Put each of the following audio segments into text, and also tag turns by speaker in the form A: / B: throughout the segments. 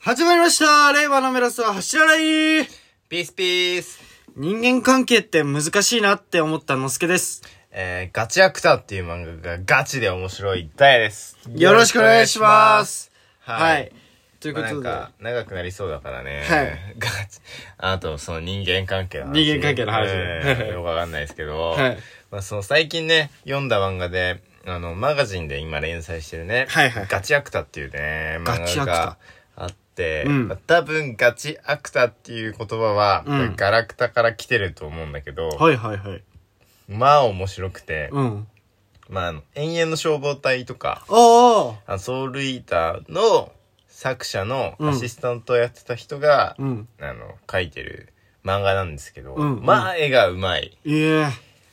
A: 始まりました令和のメロスは走らない
B: ピースピース。
A: 人間関係って難しいなって思ったのすけです。
B: えー、ガチアクターっていう漫画がガチで面白いダイヤです。
A: よろしくお願いします。
B: は。
A: はいい。というこ
B: まあなん
A: とで、
B: か、長くなりそうだからね。
A: はい。
B: ガチ。あと、その人間関係の話。
A: 人間関係の話
B: えーよくわかんないですけど。
A: はい
B: まあ、その最近ね、読んだ漫画で、あの、マガジンで今連載してるね。
A: はいはい
B: ガチアクタっていうね、
A: ガチア
B: 漫画
A: クタ
B: があって、
A: うん
B: まあ多分ガチアクタっていう言葉は、
A: うん
B: ガラクタから来てると思うんだけど、
A: はいはいはい。
B: まあ面白くて、
A: うん。
B: まあ、あの、延々の消防隊とか、
A: おー
B: あのソウルイーターの作者の
A: うん
B: アシスタントをやってた人が、
A: うん。
B: あの、書いてる漫画なんですけど、
A: うん
B: まあ、絵がうまい。
A: いえ。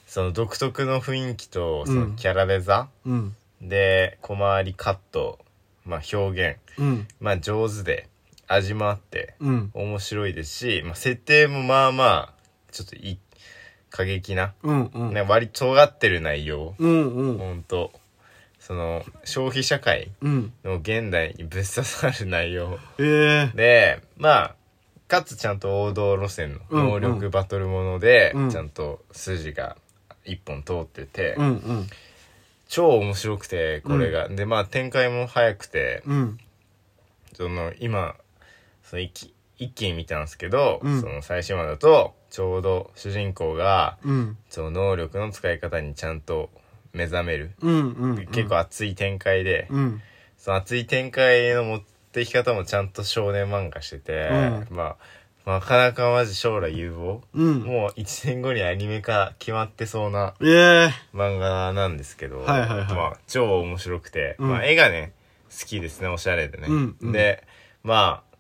A: そ
B: その独特の雰囲気と、その
A: うん
B: キャラデザ、
A: うん。
B: で、小回りカット、まあ、表現、
A: うん。
B: まあ、上手で、味もあって、
A: うん。
B: 面白いですし、まあ、設定もまあまあ、ちょっとい、過激な、
A: うん。うん。
B: ね、割と尖ってる内容。
A: うん。うん。
B: ほんとその消費社会
A: うん。
B: の現代にぶっ刺さる内容
A: ええ。
B: でまあかつちゃんと王道路線の能力バトルもので、
A: うん
B: ちゃんと筋が一本通ってて、
A: うん。うん。
B: 超面白くてこれが、でまあ展開も早くて、
A: うん。
B: その今その一気一気に見たんですけど、
A: うん
B: その最終話だとちょうど主人公が
A: うん。
B: その能力の使い方にちゃんと目覚める、
A: うん。うん。
B: 結構熱い展開で、
A: うん。
B: その熱い展開の持ってき方もちゃんと少年漫画してて、
A: う
B: まあ、なかなかマジ将来有望、
A: うん。
B: もう1年後にアニメ化決まってそうな
A: ええ。
B: 漫画なんですけど、
A: はいはいはい
B: まあ、超面白くて、
A: うん
B: まあ、絵がね、好きですね、おしゃれでね。
A: うんうん
B: で、まあ、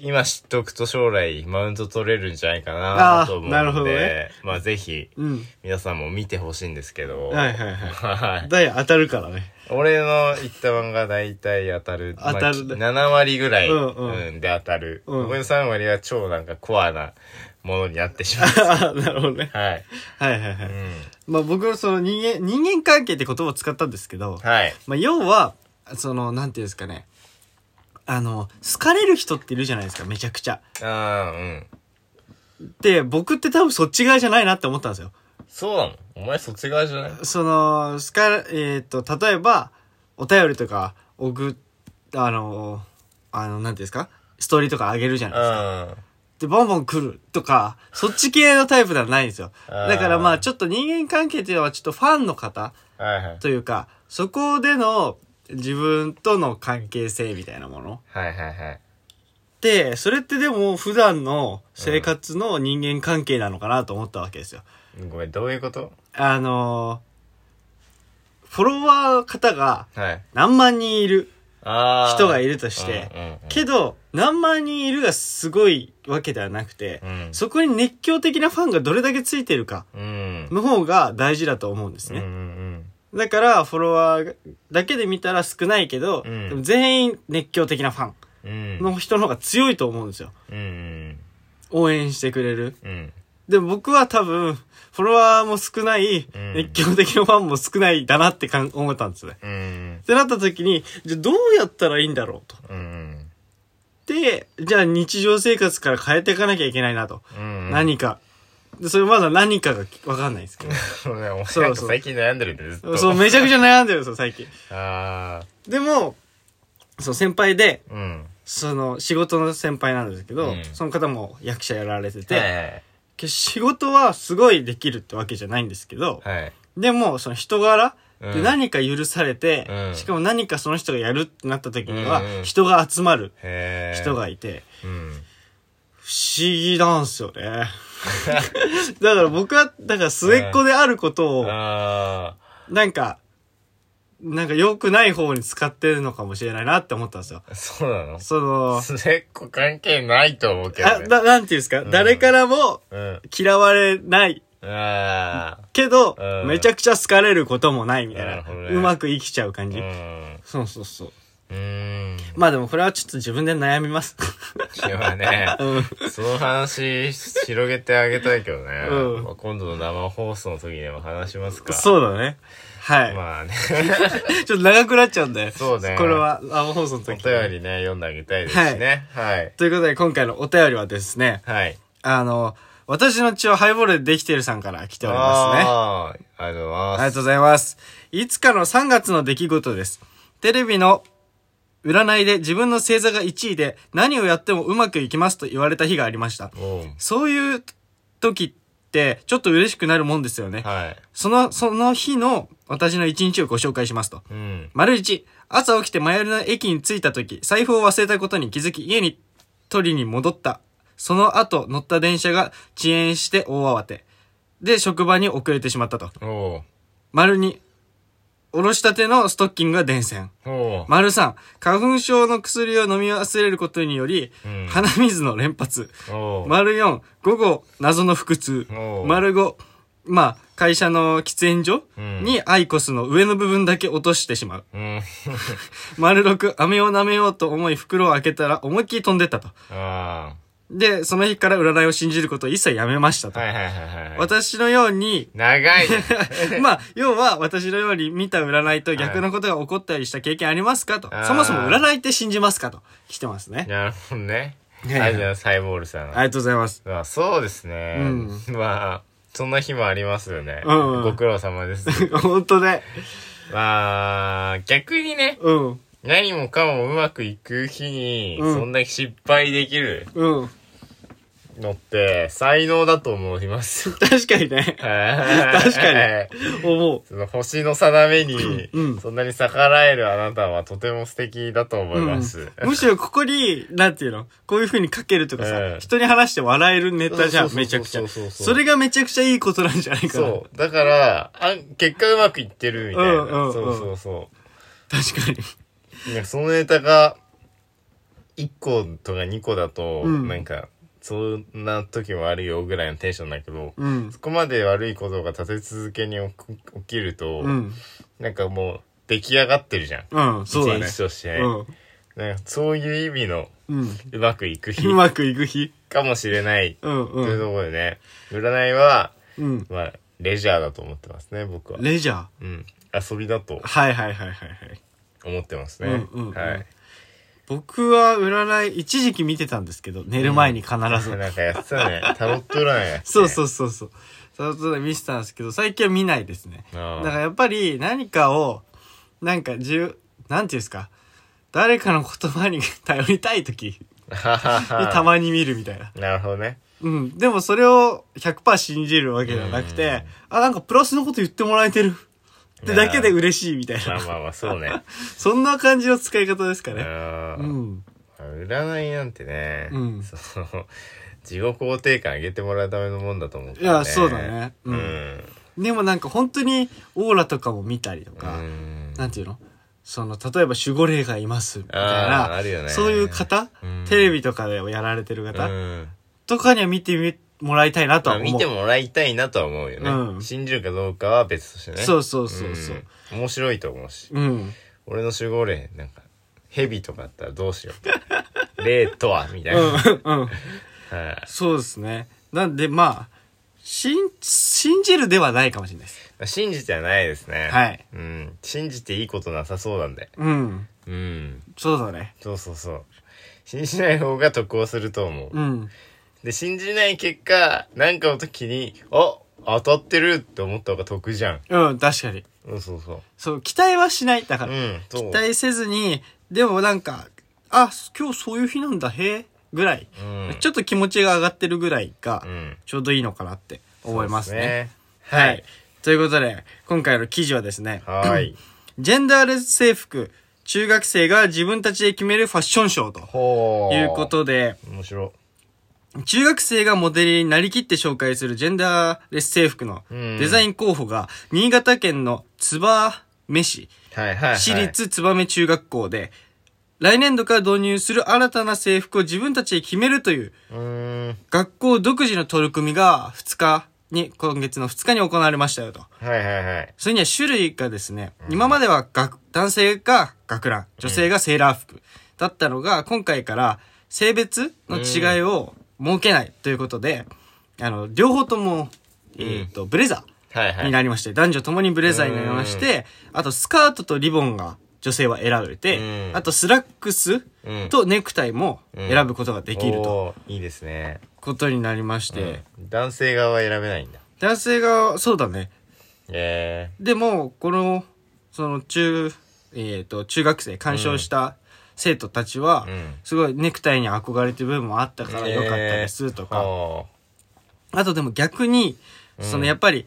B: 今知っとくと将来マウント取れるんじゃないかなと思う
A: あーなるほ
B: の
A: ど
B: で、
A: ね
B: まあぜひ
A: うん。
B: 皆さんも見てほしいんですけど、
A: はいはいはい。
B: はい。
A: ダイヤ当たるからね。
B: 俺の言った漫画大体当たる。
A: 当たる
B: まあ7割ぐらい、
A: うんうん
B: うんで当たる。
A: うん
B: 僕の3割は超なんかコアなものになってしまう。
A: あなるほどね。
B: はい。
A: はいはいは
B: う
A: い。
B: ん。
A: まあ僕はその人間、人間関係って言葉を使ったんですけど、
B: はい。
A: まあ要は、その、なんていうんですかね。あの、好かれる人っているじゃないですか、めちゃくちゃ。
B: あーうん。
A: で、僕って多分そっち側じゃないなって思ったんですよ。
B: そうなのお前そっち側じゃない
A: その、好かれ、えっ、と、例えば、お便りとか、送っ、あの、あの、なんていうんですかストーリーとかあげるじゃないですか。
B: うん。
A: で、ボンボン来るとか、そっち系のタイプではないんですよ。
B: あー
A: だからまあ、ちょっと人間関係っていうのはちょっとファンの方
B: はいはい。
A: というか、そこでの自分との関係性みたいなもの。
B: はいはいはい。
A: で、それってでも普段の生活の人間関係なのかなと思ったわけですよ。
B: ごめん、どういうこと
A: あのーフォロワーの方が
B: はい。
A: 何万人いる
B: ああ。
A: 人がい
B: る
A: るとして、
B: うんうんうん
A: けど、何万人いるがすごいわけではなくて、
B: うん
A: そこに熱狂的なファンがどれだけついてるか
B: うん。
A: の方が大事だと思うんです
B: うんう
A: ね。
B: ん
A: だから、フォロワーだけで見たら少ないけど、
B: うん
A: でも全員熱狂的なファン
B: うん。うん。
A: の人の方が強いと思うんですよ。
B: うんうん
A: 応援してくれる。
B: うん。うん。
A: で、僕は多分、フォロワーも少ない、
B: うん
A: 熱狂的なファンも少ないだなってかん思ったんですね。
B: うん
A: ってなった時に、じゃあどうやったらいいんだろうと。
B: うん。うん
A: で、じゃあ日常生活から変えていかなきゃいけないなと。
B: うん。
A: 何か。で、それまだ何かがわかんないです け
B: そうね、お前
A: そう
B: なんか最近悩んでるんでずっ
A: ど。
B: と。
A: そう、めちゃくちゃ悩んでるんですよ、最近。
B: あ
A: でも、そう、先輩で、
B: あ、うん。
A: その、仕事の先輩なんですけど、
B: うん
A: その方も役者やられてて、
B: で、
A: けど仕事はすごいできるってわけじゃないんですけど、
B: はい。
A: でも、その人柄
B: うん
A: で何か許されて、
B: うん
A: しかも何かその人がやるってなった時には
B: うんう、ん
A: 人が集まる
B: へえ。
A: 人。がいて、
B: うん。
A: 不思議なんすよね。 だから僕は、だから末っ子であることを、
B: あ
A: なんか、なんか良くない方に使ってるのかもしれないなって思ったんですよ。
B: あ、そうなの
A: その、
B: 末っ子関係ないと思うけ
A: あ
B: どね。
A: ななんていうんですか、誰からも
B: うん。
A: 嫌われない
B: ああ。
A: けど、
B: うん
A: めちゃくちゃ好かれることもないみたい
B: な
A: な。
B: るほどね
A: うまく生きちゃう感
B: う
A: じ、
B: ん。
A: そうそうそう。
B: うーん。
A: まあでもこれはちょっと自分で悩みます。
B: 今はね、その話広げてあげたいけどね。
A: うん
B: まあ今度の生放送の時でも話しますか。
A: そうだね。はい。
B: まあね、
A: ちょっと長くなっちゃうんだよ。
B: そうね
A: これは、生放送の
B: お
A: 時。
B: 便りね、読んであげたいですしね。はい。
A: ということで、今回のお便りはですね、
B: はい。
A: あの、私の血はハイボールでできているさんから来ておりますね。
B: あーありがとうござい
A: あり
B: ま
A: が
B: す。
A: とうございます。いつかの3月の出来事です。テレビの占いで自分の星座が1位で何をやってもうまくいきますと言われた日がありました。
B: おう
A: そういう時ってちょっと嬉しくなるもんですよね。
B: はい。
A: その、その日の私の1日をご紹介しますと。
B: うん。
A: 丸1、朝起きて前寄りの駅に着いた時、財布を忘れたことに気づき家に取りに戻った。その後乗った電車が遅延して大慌て。で、職場に遅れてしまったと。
B: おう
A: 丸2、おろしたてのストッキングが伝染。
B: おう
A: 丸3、花粉症の薬を飲み忘れることにより、
B: うん
A: 鼻水の連発。
B: おう
A: 丸4、午後、謎の腹痛
B: お。う
A: 丸5、まあ、会社の喫煙所
B: うん
A: にアイコスの上の部分だけ落としてしまう。
B: うん。
A: 丸六、飴を舐めようと思い袋を開けたら思いっきり飛んでったと。
B: あ
A: で、その日から占いを信じることを一切やめました
B: あ。
A: と。
B: はいはいはいはい。、
A: 私のように
B: 長いね。
A: まあ、要は私のように見た占いと逆のことが起こったりした経験ありますかと
B: あ。ー
A: そもそも占いって信じますかと。来てますね。
B: なるほどね。
A: い
B: あり
A: やいや
B: がとうございます、ハイボールさん。
A: ありがとうございます。
B: まあそうですね。まあ、そんな日もありますよね。
A: うんうん
B: ご苦労様です。
A: 本当ね。
B: まあ、逆にね、
A: うん。
B: 何もかもうまくいく日に、
A: うん
B: そんだけ失敗できる
A: うん。
B: のって、才能だと思います。
A: 確かに ね。
B: 確
A: か 思う。
B: その星の定めに、
A: うん
B: そんなに逆らえるあなたはとても素敵だと思います。
A: うんむしろここに、なんていうのこういう風に書けるとかさ、
B: うん
A: 人に話して笑えるネタじゃん、
B: そうそう
A: めち
B: そ
A: ゃ
B: う
A: くち
B: そう
A: ゃ。
B: そうそう
A: それがめちゃくちゃいいことなんじゃないかな。
B: そう。だから、あ結果うまくいってるみたいな。
A: うんうんうん
B: そうそうそ
A: 確かに。
B: う。いや、そのネタが、1個とか2個だと、
A: うん
B: なんか、そんな時もあるよぐらいのテンションだけど、
A: うん。
B: そこまで悪いことが立て続けに起こ起きると、
A: うん。
B: なんかもう出来上がってるじゃん。
A: うん、そうだね
B: 一。日として、
A: うん。
B: なんかそういう意味の
A: うん。
B: うまくいく日
A: うまくいく日。
B: かもしれない。
A: うん
B: という
A: う
B: と
A: ん。
B: ころでね、占いは、
A: うん。
B: まあ、レジャーだと思ってますね、僕は。
A: レジャー。
B: うん。遊びだと
A: はいはいはいはいはい。
B: 思ってますね。
A: うんうんうん
B: はい。
A: 僕は占い、一時期見てたんですけど、寝る前に必ず。
B: なんかやってたね。タロット占いやって。。
A: そうそううそうそう。その時見てたんですけど、最近は見ないですね。
B: あ
A: だ
B: あ
A: からやっぱり何かを、なんか自由、なんていうんですか、誰かの言葉に 頼りたい時にたまに見るみたいな。
B: なるほどね。
A: うん。でもそれを100%信じるわけじゃなくて、あ、なんかプラスのこと言ってもらえてる。ってだけで嬉しいみたいな
B: まあ。まあまあ、そうね。
A: そんな感じの使い方ですか
B: う。
A: ね。 うんん。
B: 占いなんてね、
A: うん
B: その、自己肯定感上げてもらうためのもんだと思うから、
A: いやそうだね
B: う
A: うんん。でもなんか本当にオーラとかも見たりとか、
B: うん
A: なんていうのその、例えば守護霊がいますみたい
B: あー
A: な、
B: あるよね
A: そういう方、
B: うん
A: テレビとかでやられてる方、
B: うん
A: とかには見てみもらいたいなと
B: ま
A: は
B: あ、
A: 思う。
B: 見てもらいたいなとは思うよね、
A: うん
B: 信じるかどうかは別としてね
A: そうそうそうそうん
B: 面白いと思うし
A: うん。
B: 俺の守護霊なんか蛇とかあったらどうしよ う霊とはみたいな、はい
A: うん。うん。そうですね。なんで、まあ、信、信じるではないかもしれないです。
B: 信じてはないですね
A: はい、
B: うん、信じていいことなさそうなんで
A: うん。
B: うん
A: そうだね。
B: そうそうそう信じない方が得をすると思う、
A: うん。
B: で信じない結果なんかの時にあ当たってるって思った方が得じゃん
A: うん、確かに。
B: うんそうそう
A: そう、期待はしない。だから、
B: うんそう
A: 期待せずに、でもなんか、あ、今日そういう日なんだ、へえ、ぐらい、
B: うん
A: ちょっと気持ちが上がってるぐらいが
B: う、ん
A: ちょうどいいのかなって思いますね。
B: そうですね
A: はい、ということで、今回の記事はですね、
B: はい。
A: ジェンダーレス制服、中学生が自分たちで決めるファッションショーと
B: ほ
A: いうことで、
B: 面白
A: 中学生がモデルになりきって紹介するジェンダーレス制服の
B: うん
A: デザイン候補が、新潟県の燕市、
B: い。はいはい、はい。
A: 私立燕中学校で、来年度から導入する新たな制服を自分たちで決めるという
B: うーん。
A: 学校独自の取り組みが2日に、今月の2日に行われましたよと。
B: はいはいはい。
A: それには種類がですね、今までは学男性が学ラン、女性がセーラー服だったのが、今回から性別の違いを設けないということで、あの、両方とも、えっ、と、ブレザー。
B: はいはい
A: になりまして、男女ともにブレザーになりまして、あとスカートとリボンが女性は選べて
B: う、ん
A: あとスラックス
B: うん
A: とネクタイも選ぶことができると
B: おーいいですね、
A: ことになりまして、
B: うん男性側は選べないんだ
A: 男性が、そうだね。
B: え
A: でも、この、その中、えっ、と、中学生、鑑賞した生徒たちは、
B: うん
A: すごいネクタイに憧れてる部分もあった
B: え
A: から良かったですとか、
B: は
A: あとでも逆に、そのやっぱり、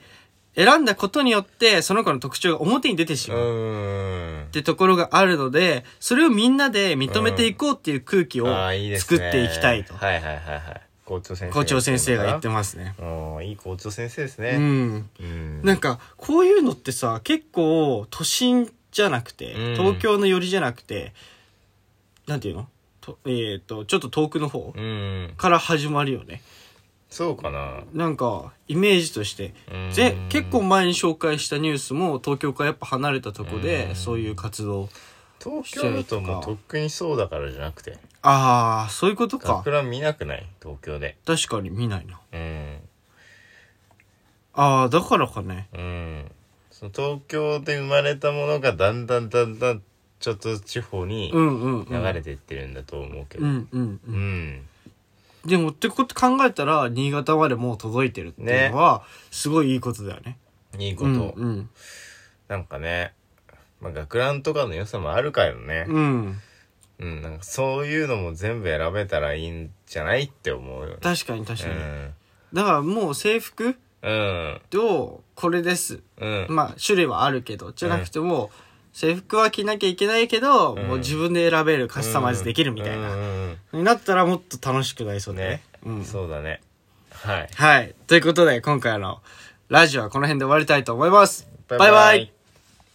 A: 選んだことによって、その子の特徴が表に出てし
B: あ
A: ま
B: う
A: う。
B: ーん
A: ってところがあるので、それをみんなで認めていこうっていう空気を
B: あーいいです
A: 作
B: ね
A: っていきたいと、
B: はいはいはいはい校長先生
A: 校長先生が言って
B: ま
A: ますね。
B: すいい校長先生です
A: う
B: ね
A: ん。
B: うん
A: なんか、こういうのってさ、結構、都心じゃなくて、
B: うん
A: 東京の寄りじゃなくて、なんていうのとえっ、と、ちょっと遠くの方
B: うん
A: から始まるよね。
B: そうかな
A: なんか、イメージとして。
B: うん
A: で、結構前に紹介したニュースも、東京からやっぱ離れたとこ
B: う
A: で、
B: ん
A: そういう活動。
B: 東京だともうとっくにそうだからじゃなくて
A: ああ、そういうことか。
B: 桜見なくない東京で
A: 確かに見ないな。
B: うん
A: ああ、だからかね。
B: うんその東京で生まれたものがだんだんだんだんちょっと地方に
A: うんうん、うん。
B: 流れていってるんだと思うけど
A: う、んうんう。
B: うんん、
A: でも、ってこと考えたら、新潟までもう届いてるっていうのは、すごいいいことだよね。
B: いいこと、
A: うん
B: なんかね、まあ、学ランとかの良さもあるからね
A: う、ん、うん、
B: うんなんかそういうのも全部選べたらいいんじゃないって思うよね
A: 確かに確かに、だからもう制服
B: うん
A: をこれです
B: うんうん
A: まあ種類はあるけどじゃなくても、制服は着なきゃいけないけど、
B: うん
A: もう自分で選べるカスタマイズできるみたいな、
B: うん
A: になったらもっと楽しくなりそうだね
B: ね、
A: うん、
B: そうだねはい
A: はいということで今回のラジオはこの辺で終わりたいと思いますバイバイ